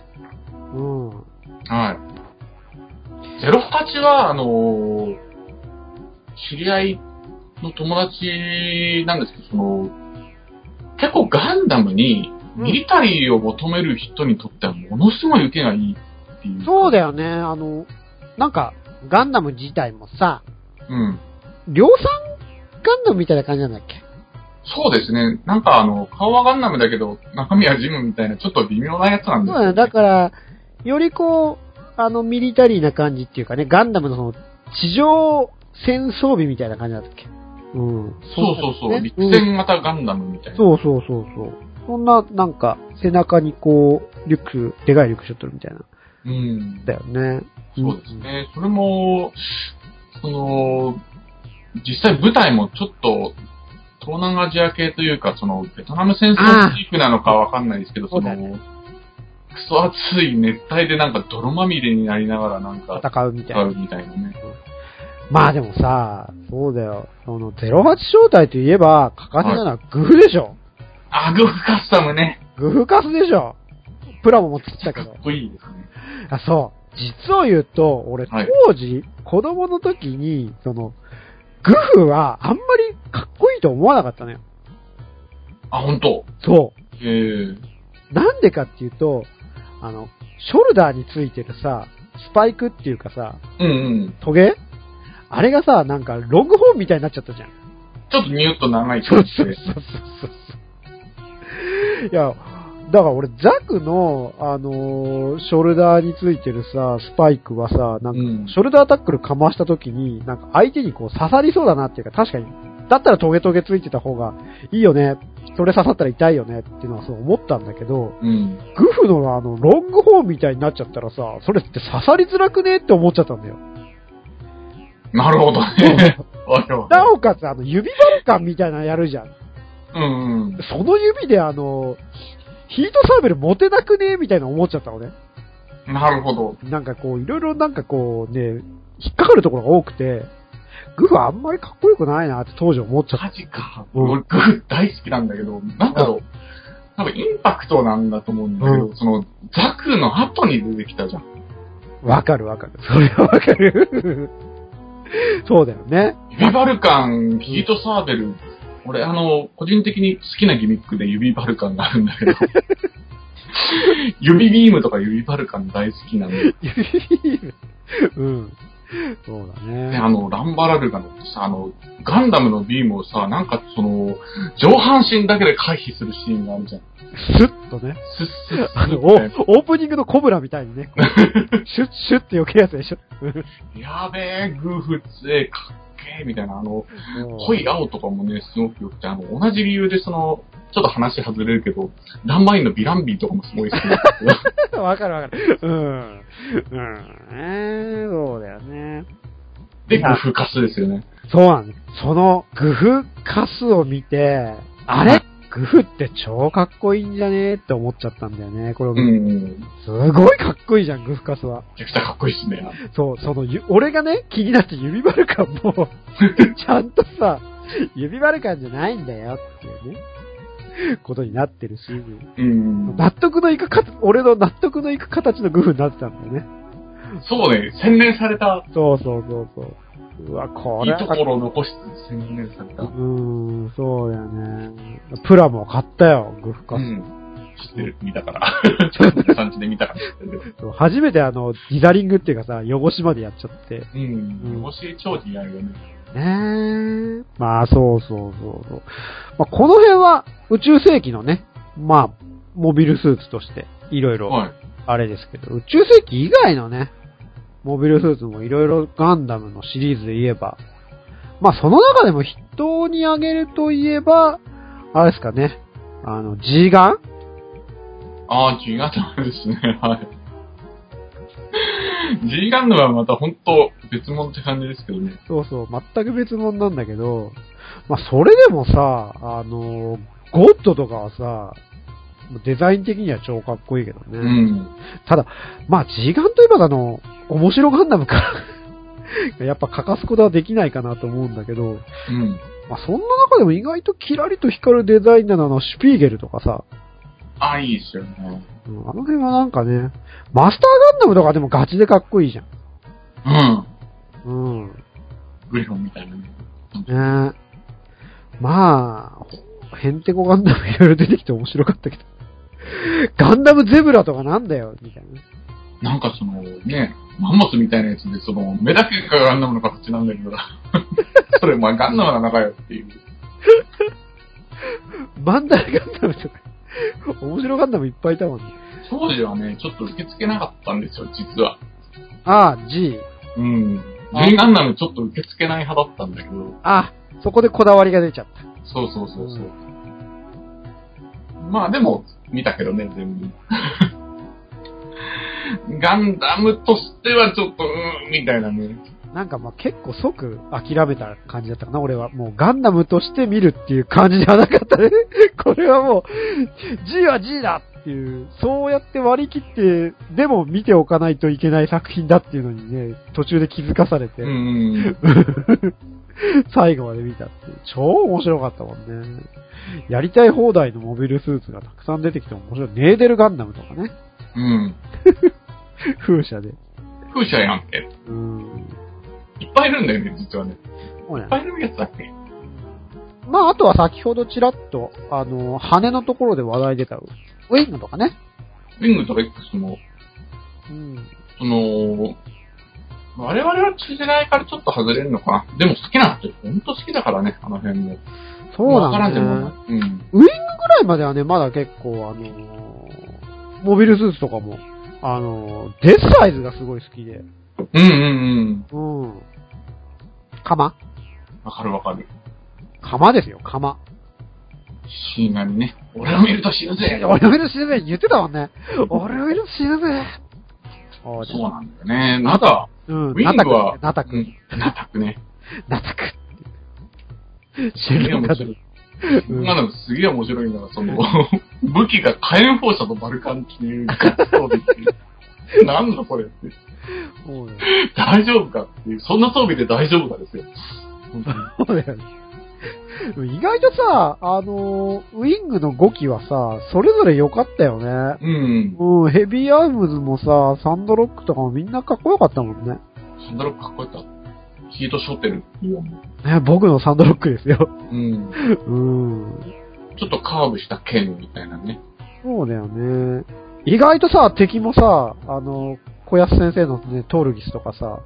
うん。はい。08は、あのー知り合いの友達なんですけど、その、結構ガンダムに、うんミリタリーを求める人にとってはものすごい受けがいいっていう。そうだよね。あの、なんか、ガンダム自体もさ、うん。量産ガンダムみたいな感じなんだっけそうですね。なんかあの、顔はガンダムだけど、中身はジムみたいな、ちょっと微妙なやつなんそうですだね。だから、よりこう、あの、ミリタリーな感じっていうかね、ガンダムのその、地上戦装備みたいな感じだったっけうん。そうそうそう。ね陸戦型ガンダムみたいな。そうそうそうそう。そんな、なんか、背中にこう、リュック、でかいリュックしょってるみたいな。うん。だよね。そうですね。それも、その、実際舞台もちょっと、東南アジア系というか、その、ベトナム戦争の地域なのかわかんないですけど、そそうだの、よねクソ暑い熱帯でなんか泥まみれになりながらなんか、戦うみたい戦な。うみたいなね。まあでもさ、そうだよ。その、08正体といえば、欠かせないのはグフでしょ。あ、グフカスタムね。グフカスでしょ。プラモも作ったかけっど。こいいですね。 [laughs] あ、そう。実を言うと、俺、はい当時、子供の時に、その、グフは、あんまりかっこいいと思わなかったのよ。あ、ほんと。そえー、う。なんでかっていうと、あの、ショルダーについてるさ、スパイクっていうかさ、うんうん。トゲあれがさ、なんか、ロングホーンみたいになっちゃったじゃん。ちょっとニュッと長いそう感そじうで。そうそうそう。いや、だから俺、ザクの、あのーショルダーについてるさ、スパイクはさ、なんうか、ん。ショルダータックルかました時に、なんか相手にこう刺さりそうだなっていうか、確かに、だったらトゲトゲついてた方がいいよね。それ刺さったら痛いよねっていうのはそう思ったんだけど、うん。グフのあの、ロングホーンみたいになっちゃったらさ、それって刺さりづらくねって思っちゃったんだよ。なるほどね。わかるわかるなおかつ、あの、指バルカンみたいなのやるじゃん。うんうん。その指であの、ヒートサーベル持てなくねみたいな思っちゃったのね。なるほど。なんかこう、いろいろなんかこうね、引っかかるところが多くて、グフあんまりかっこよくないなって当時思っちゃった。マジか。うん俺、グー大好きなんだけど、なんだろう。多分、インパクトなんだと思うんだけど、その、ザクの後に出てきたじゃん。わかるわかる。それはわかる。 [laughs] そうだよね。 [laughs] 指バルカン、ヒートサーベル。俺、あの、個人的に好きなギミックで指バルカンがあるんだけど、指ビームとか指バルカン大好きなんで、うん。そうだね。であの、ランバラルガのさ、あの、ガンダムのビームをさ、なんかその、上半身だけで回避するシーンがあるじゃん。スッとね。スッス [laughs] ッスあの、ッっておオープニングのコブラみたいに [laughs] ね、こうシュッシュッって避けるやつでしょ。やべえ、グーフ強え、かっけえ、みたいな、あの、濃い。い青とかもね、すごく良くて、あの、同じ理由でその、ちょっと話外れるけど、ランマインのヴィランビーとかもすごい好きなんです [laughs] けどわかるわかる。うん。うん。ねそうだよね。で、グーフカスですよね。そうなんだその、グフカスを見て、あれグフって超かっこいいんじゃねって思っちゃったんだよね、これをう見てん。めすごいかっこいいじゃん、グフカスは。ちゃくちゃかっこいいっすね。そう、その、ゆ俺がね、気になって指バルカン [laughs] も、ちゃんとさ、指バルカンじゃないんだよっていうね、ことになってるし、うん。納得のいくか、俺の納得のいく形のグフになってたんだよね。そうね、洗練された、そうそうそうそう。うわ、こいいれところを残しつつ洗練されうた。ーん、そうやね。プラも買ったよ、グフカうス。ん。知ってる、見たから。ちょっと [laughs] 産地で見たから知ってるけそど。う初めてあの、ギザリングっていうかさ、汚しまでやっちゃって。ううんん。もし超似合うよね。ねえ。まあ、そうそうそうそう。まあ、この辺は宇宙世紀のね、まあ、モビルスーツとして、いろいろ、はい。あれですけど、宇宙世紀以外のね、モビルスーツもいろいろガンダムのシリーズで言えば、まあ、その中でも筆頭に挙げるといえば、あれですかね、あの、G ガンああ、G ガンダムですね。 [laughs] はい。G ガンダムはまた本当別物って感じですけどね。そうそう、全く別物なんだけど、まあ、それでもさ、あのー、ゴッドとかはさ、デザイン的には超かっこいいけどね。うん。ただ、まあ、G ガンといえばあの、面白ガンダムか [laughs] やっぱ欠かすことはできないかなと思うんだけど、うん。まあ、そんな中でも意外とキラリと光るデザインなのあの、シュピーゲルとかさ、ああ、いいですよね。うんあの辺はなんかね、マスターガンダムとかでもガチでかっこいいじゃん。ううん。ん。グリフォンみたいなね。ねえ。まあ、へんてこガンダムいろいろ出てきて面白かったけど。ガンダムゼブラとかなんだよ、みたいな。なんかその、ね、マンモスみたいなやつで、その、目だけがガンダムの形なんだけど、 [laughs] それ、まあガンダムなのかよっていう。マンダラガンダムとか。面白ガンダムいっぱいいたもんね。当時はね、ちょっと受け付けなかったんですよ、実は。ああ、G。うん。あ全ガンダムちょっと受け付けない派だったんだけど、あ、そこでこだわりが出ちゃった。そうそうそうそう。まあでも、見たけどね、全部。ガンダムとしてはちょっと、うーん、みたいなね。なんかまあ結構即諦めた感じだったかな、俺は。もうガンダムとして見るっていう感じではなかったね。 [laughs] これはもう、G は G だっていう、そうやって割り切って、でも見ておかないといけない作品だっていうのにね、途中で気づかされて、うんうん。 [laughs] 最後まで見たっていう。超面白かったもんね。やりたい放題のモビルスーツがたくさん出てきても面白い。ネーデルガンダムとかね。うん。風車で。風車やんけ。うん。いっぱいいるんだよね、実はね。いそうねっぱいいるやつだっけまあ、あとは先ほどちらっと、あの、羽のところで話題出た、ウィングとかね。ウィングとか X も、うん。その、我々は世代からちょっと外れるのかな。でも好きな人、ほんと好きだからね、あの辺も。そうわからなんんだね。ぐでもない。うん。らいまではね、まだ結構、あのーモビルスーツとかも、あのーデスサイズがすごい好きで。うんうんうん。うん。釜わかるわかる。釜ですよ、釜。死神ね。俺を見ると死ぬぜ俺ウィル死ぬぜ言ってたもんね。俺ウィル死ぬぜおそうなんだよね。なんか、うんウィングは、ナタうクん、ナタクね。ナタク。ナタク。知すげえる面か白い。うんまあでもすげえ面白いのが、その、 [laughs] 武器が火炎放射とバルカンっ [laughs] ていう活動できる。なんだこれって。そうよ大丈夫かっていう。そんな装備で大丈夫かですよ。本当にそうだよね。でも意外とさ、あのーウィングの5機はさ、それぞれ良かったよね。うん。うん、ヘビーアームズもさ、サンドロックとかもみんなかっこよかったもんね。サンドロックかっこよかった。ヒートショーテルっていうのね僕のサンド [laughs] ロックですよ。うん。うん。ちょっとカーブした剣みたいなね。そうだよね。意外とさ、敵もさ、あの、小安先生のね、トールギスとかさ、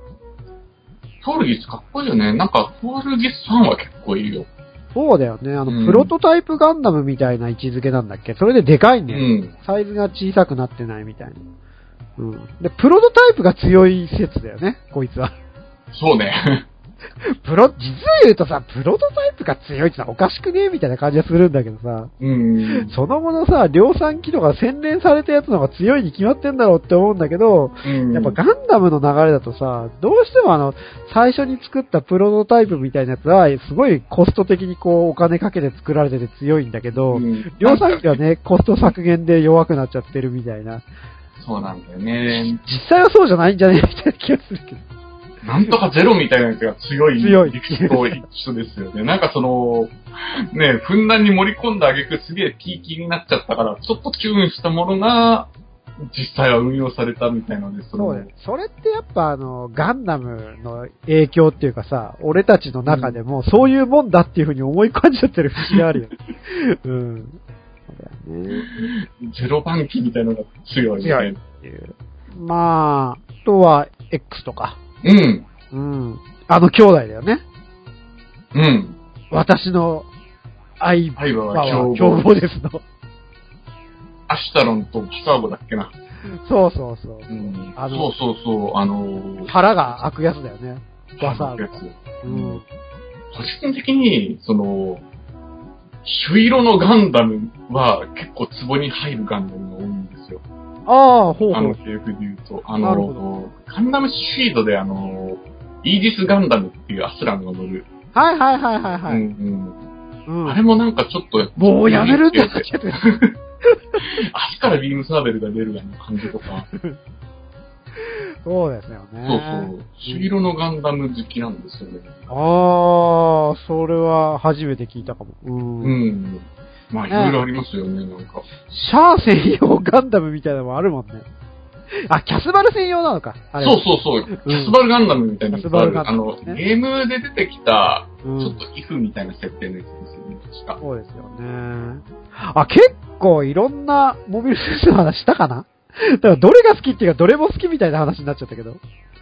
トールギスかっこいいよね。なんか、トールギスファンは結構いるよ。そうだよね。あの、うんプロトタイプガンダムみたいな位置づけなんだっけそれででかいんうだよ、ん。サイズが小さくなってないみたいな。うん。で、プロトタイプが強い説だよね、こいつは。 [laughs] そうね。 [laughs] プロ、実を言うとさ、プロトタイプが強いってのはおかしくねみたいな感じがするんだけどさ、うん。その後のさ、量産機能が洗練されたやつの方が強いに決まってんだろうって思うんだけど、うんやっぱガンダムの流れだとさ、どうしてもあの、最初に作ったプロトタイプみたいなやつは、すごいコスト的にこう、お金かけて作られてて強いんだけど、うん量産機はね、コスト削減で弱くなっちゃってるみたいな。そうなんだよね。実際はそうじゃないんじゃねみたいな気がするけど。なんとかゼロみたいなやつが強い強い理屈と一緒ですよね。なんかその、ね、ふんだんに盛り込んだあげくすげえピーキーになっちゃったから、ちょっとチューンしたものが、実際は運用されたみたいなので、そそのうだよね。それってやっぱあの、ガンダムの影響っていうかさ、俺たちの中でもそういうもんだっていうふうに思い込んじゃってる節があるよね。 [laughs] うん。そうだよね。ゼロ番機みたいなのが強いみたいな。っていう。まあ、あとは X とか。うん。うん。あの兄弟だよね。うん。私の愛は愛は凶暴凶暴ですの。アシュタロンとヒサーゴだっけな。そうそうそう。うん。あのそうそうそう、あのー、腹が開くやつだよね。バサーやルつ。ううんん。個人的に、その、朱色のガンダムは結構壺に入るガンダムが多いんですよ。ああ、ほうあほのう。系譜で言うと。あなるほどの、ガンダムシードであの、イージスガンダムっていうアスラムが乗る。はいはいはいはいはうい。んううんん、あれもなんかちょっと、もうやめるんだってって。足からビームサーベルが出るような感じと [laughs] か。 [laughs] そうですよそね。うそう。朱色のガンダム好きなんですよね。ああ、それは初めて聞いたかも。うん。うん。まあ、いろいろありますよね、なんか。シャア専用ガンダムみたいなのもあるもんね。あ、キャスバル専用なのか。あれそうそうそう。キャスバルガンダムみたいなやつあキャスバルガる。あンダムの、ゲームで出てきた、うちんょっとイフみたいな設定のやつですよね、確か。そうですよね。あ、結構いろんなモビルスーツの話したかなだからどれが好きっていうか、どれも好きみたいな話になっちゃったけど。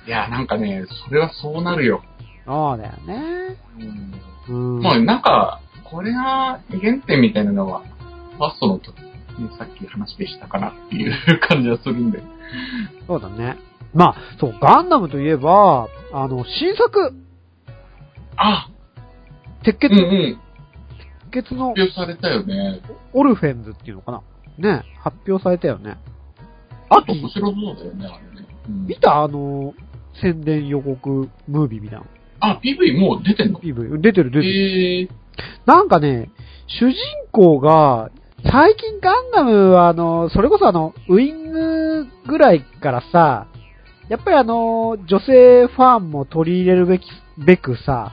いや、なんかね、それはそうなるよ。そうだよね。うんうん。まあ、なんか、これが原点みたいなのは、ファーストの時にさっき話でしたかなっていう感じはするんで。そうだね。まあ、そう、ガンダムといえば、あの、新作、あ鉄う血、んうん。鉄血の発表されたよね。オルフェンズっていうのかなね、発表されたよね。あと、面白そうだよね、あれね。うん見たあの、宣伝予告ムービーみたいな。あ、PV もう出てんの PV、出てる出てる。えー、なんかね、主人公が、最近ガンダムは、あの、それこそあの、ウィングぐらいからさ、やっぱりあの、女性ファンも取り入れるべき、べくさ、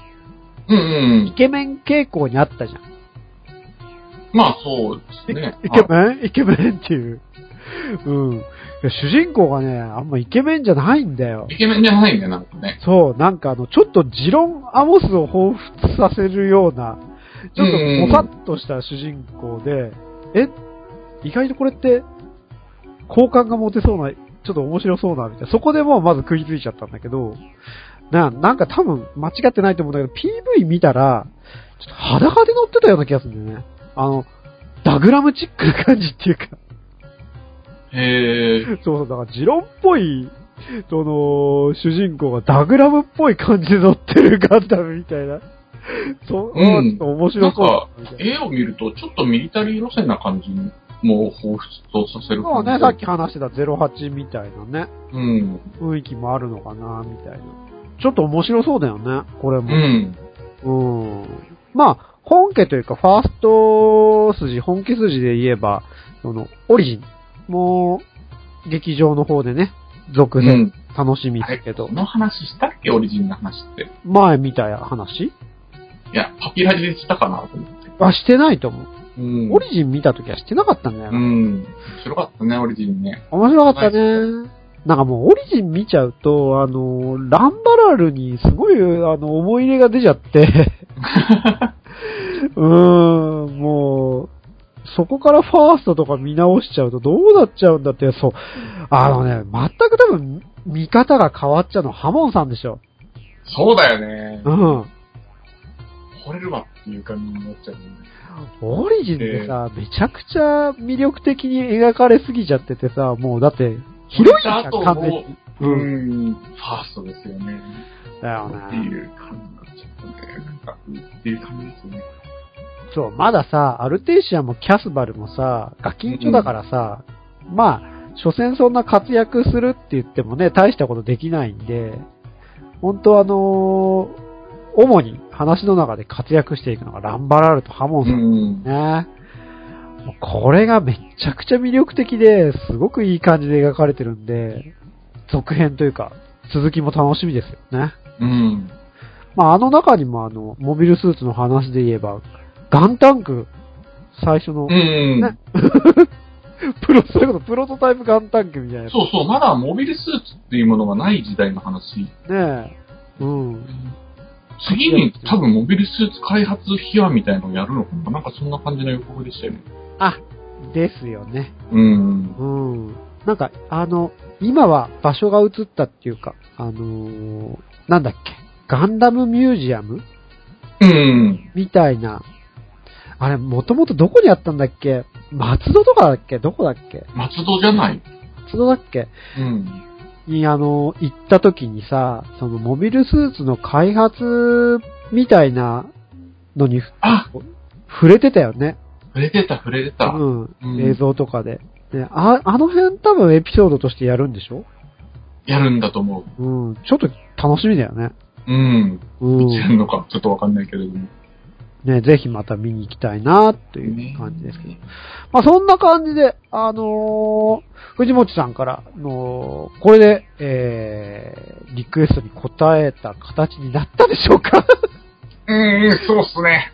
うんうイん。ケメン傾向にあったじゃん。まあ、そうですね。イケメンイケメンっていう。うん。いや主人公がね、あんまイケメンじゃないんだよあ。イケメンじゃないね、なんかね。そう、なんかあの、ちょっとジロン・アモスを彷彿させるような、ちょっとぼさっとした主人公で、え、意外とこれって、好感が持てそうな、ちょっと面白そうな、みたいな。そこでもうまず食いついちゃったんだけど、な、なんか多分間違ってないと思うんだけど、PV 見たら、ちょっと裸で乗ってたような気がするんだよね。あの、ダグラムチックな感じっていうか。へえ。 [laughs] そうそう、だから、ジロンっぽい、その、主人公がダグラムっぽい感じで乗ってるガンダムみたいな。そう、うんちょっと面白そう。みたいな絵を見ると、ちょっとミリタリー路線な感じも彷彿とさせるそ感うじ。ね、さっき話してた08みたいなね、うん。雰囲気もあるのかな、みたいな。ちょっと面白そうだよね、これうも。ん。うん。まあ、本家というか、ファースト筋、本家筋で言えば、その、オリジンも、劇場の方でね、続う編、ん。楽しみあでれすけどこ、の話したっけオリジンの話って。前見た話いや、パピラジでしたかなと思って。はしてないと思う。うんオリジン見たときはしてなかったんだような。ん。面白かったね、オリジ [laughs] ンね。面白かったね。なんかもうオリジン見ちゃうと、あの、ランバラルにすごい、あの、思い [laughs] 入れが出ちゃって。うーん、もう、そこからファーストとか見直しちゃうとどうなっちゃうんだって、そう。あのね、全く多分、見方が変わっちゃうの、ハモンさんでしょ。そうだよねう。ん。惚れるわっていう感じになっちゃうよね。オリジンでさ、めちゃくちゃ魅力的に描かれすぎちゃっててさ、もうだって、広いじゃん、あと完全もに。う、うん、ファーストですよね。だよってね。いう感じになっちゃうね。なんか、うんっていう感じですよね。そう、まださ、アルテイシアもキャスバルもさ、ガキンチョだからさ、まあ、所詮そんな活躍するって言ってもね、大したことできないんで、本当あのー主に話の中で活躍していくのがランバラルとハモンうさんん。ね。もうこれがめちゃくちゃ魅力的で、すごくいい感じで描かれてるんで、続編というか、続きも楽しみですよね。うん。まあ、あの中にもあの、モビルスーツの話で言えば、ガンタンク、最初の、うん。ね [laughs] プロ、それこそプロトタイプガンタンクみたいなやつそうそう、まだモビルスーツっていうものがない時代の話。ね。うん。次に多分モビルスーツ開発秘話みたいのをやるのかななんかそんな感じの予告でしたよね。あ、ですよね。うん。うん。なんか、あの、今は場所が移ったっていうか、あのーなんだっけ、ガンダムミュージアムうん。みたいな。あれ、もともとどこにあったんだっけ松戸とかだっけどこだっけ松戸じゃない。松戸だっけうん。に、あの、行った時にさ、そのモビルスーツの開発みたいなのにあ触れてたよね。触れてた、触れてた。うんうん。映像とかで。でああの辺多分エピソードとしてやるんでしょやるんだと思うん。ちょっと楽しみだよね。う。うん。うやるん。のか、ちょっとわかんないけれども。ね、ぜひまた見に行きたいな、という感じですけど。まあ、そんな感じで、あのー藤本さんからの、これで、えー、リクエストに応えた形になったでしょうかうん、そうっすね。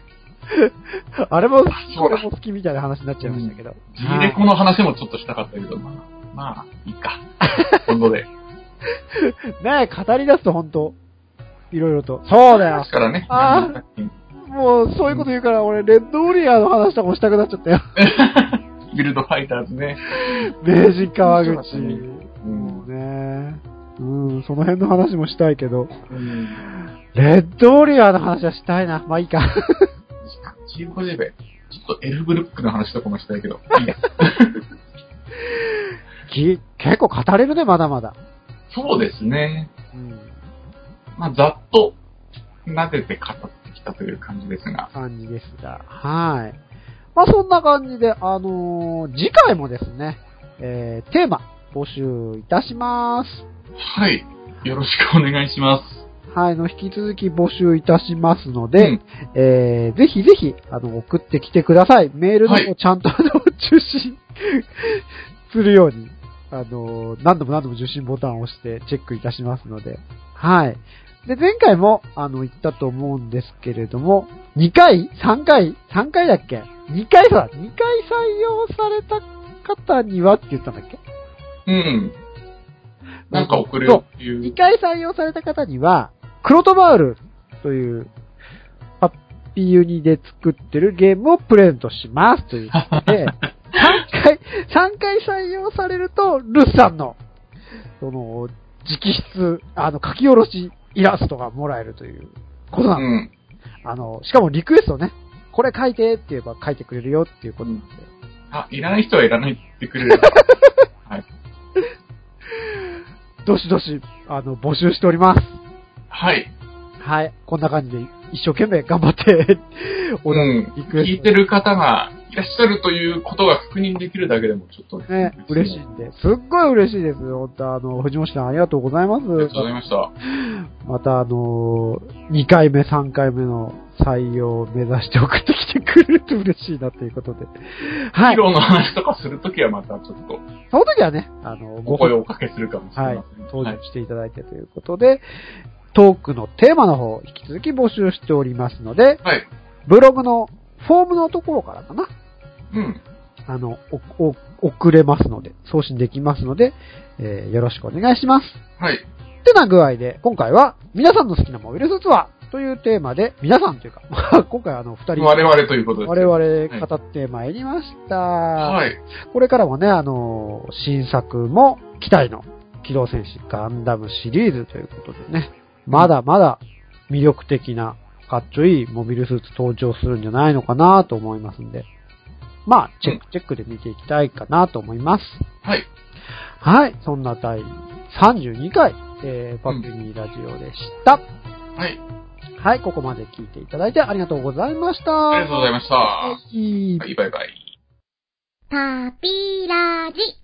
あれも、そこうだれも好きみたいな話になっちゃいましたけど。 G レコの話もちょっとしたかったけど、まあ、まあ、いいか。今度で。ねえ、語り出すと本当いろいろと。そうだよです。からね。 [laughs] あーもう、そういうこと言うから、俺、レッドウォリアーの話とかもしたくなっちゃったよ。 [laughs] ビルドファイターズね。明治川面白かっ口。たねもうね。うん、その辺の話もしたいけど。うん。レッドウォリアーの話はしたいな。まあいいか。チームコジェベ、ちょっとエルブルックの話とかもしたいけど、いいねき結構語れるね、まだまだ。そうですね。うん。まあ、ざっと、撫でて語ってきたという感じですが。感じですが。はい。まあそんな感じで、あのー次回もですね、えー、テーマ募集いたします。はい。よろしくお願いします。はい、の、引き続き募集いたしますので、うんえー、ぜひぜひ、あの、送ってきてください。メールのはい方ちゃんと、あの、受信 [laughs] するように、あの、何度も何度も受信ボタンを押してチェックいたしますので、はい。で、前回も、あの、言ったと思うんですけれども、2回 ?3 回 ?3 回だっけ ?2 回さ、2回採用された方にはって言ったんだっけうん。なんか送るよってい2う。回採用された方には、クロトバウルという、ハッピーユニで作ってるゲームをプレゼントしますということで、3回、3回採用されると、ルッさんの、その、直筆、あの、書き下ろしイラストがもらえるということうなの。ん。あの、しかもリクエストをね、これ書いてって言えば書いてくれるよっていうことなんで。あ、いらない人はいらないって言ってくれる。どしどし、あの、募集しております。はい。はい。こんな感じで、一生懸命頑張って、おう題ん。リクエスト聞いてる方がいらっしゃるということが確認できるだけでもちょっとね、嬉しい。んで。すっごい嬉しいです。本当あの、藤本さんありがとうございます。ありがとうございました。また、あのー、2回目、3回目の採用を目指して送ってきてくれると嬉しいなということで。はヒい。ロの話とかするときはまたちょっとその時はね、あの、おご声本をおかけするかもしれません。はい登場していただいてということで、トークのテーマの方、引き続き募集しておりますので、はい。ブログのフォームのところからかな。うん。あの、おお送れますので、送信できますので、えーよろしくお願いします。はい。ってな具合で、今回は皆さんの好きなモビルスーツはというテーマで、皆さんというか、 [laughs] まあ今回あの、二人、我々ということです。我々語ってまいりました。はい。これからもね、あの、新作も期待の機動戦士ガンダムシリーズということでね、まだまだ魅力的なかっちょいいモビルスーツ登場するんじゃないのかなと思いますんで、まあ、チェックチェックで見ていきたいかなと思います。はい。はい、そんな第32回、えー、パピニーラジオでした。はい。はい、ここまで聞いていただいてありがとうございました。ありがとうございました。ははいい、バイバイ。パピラジ。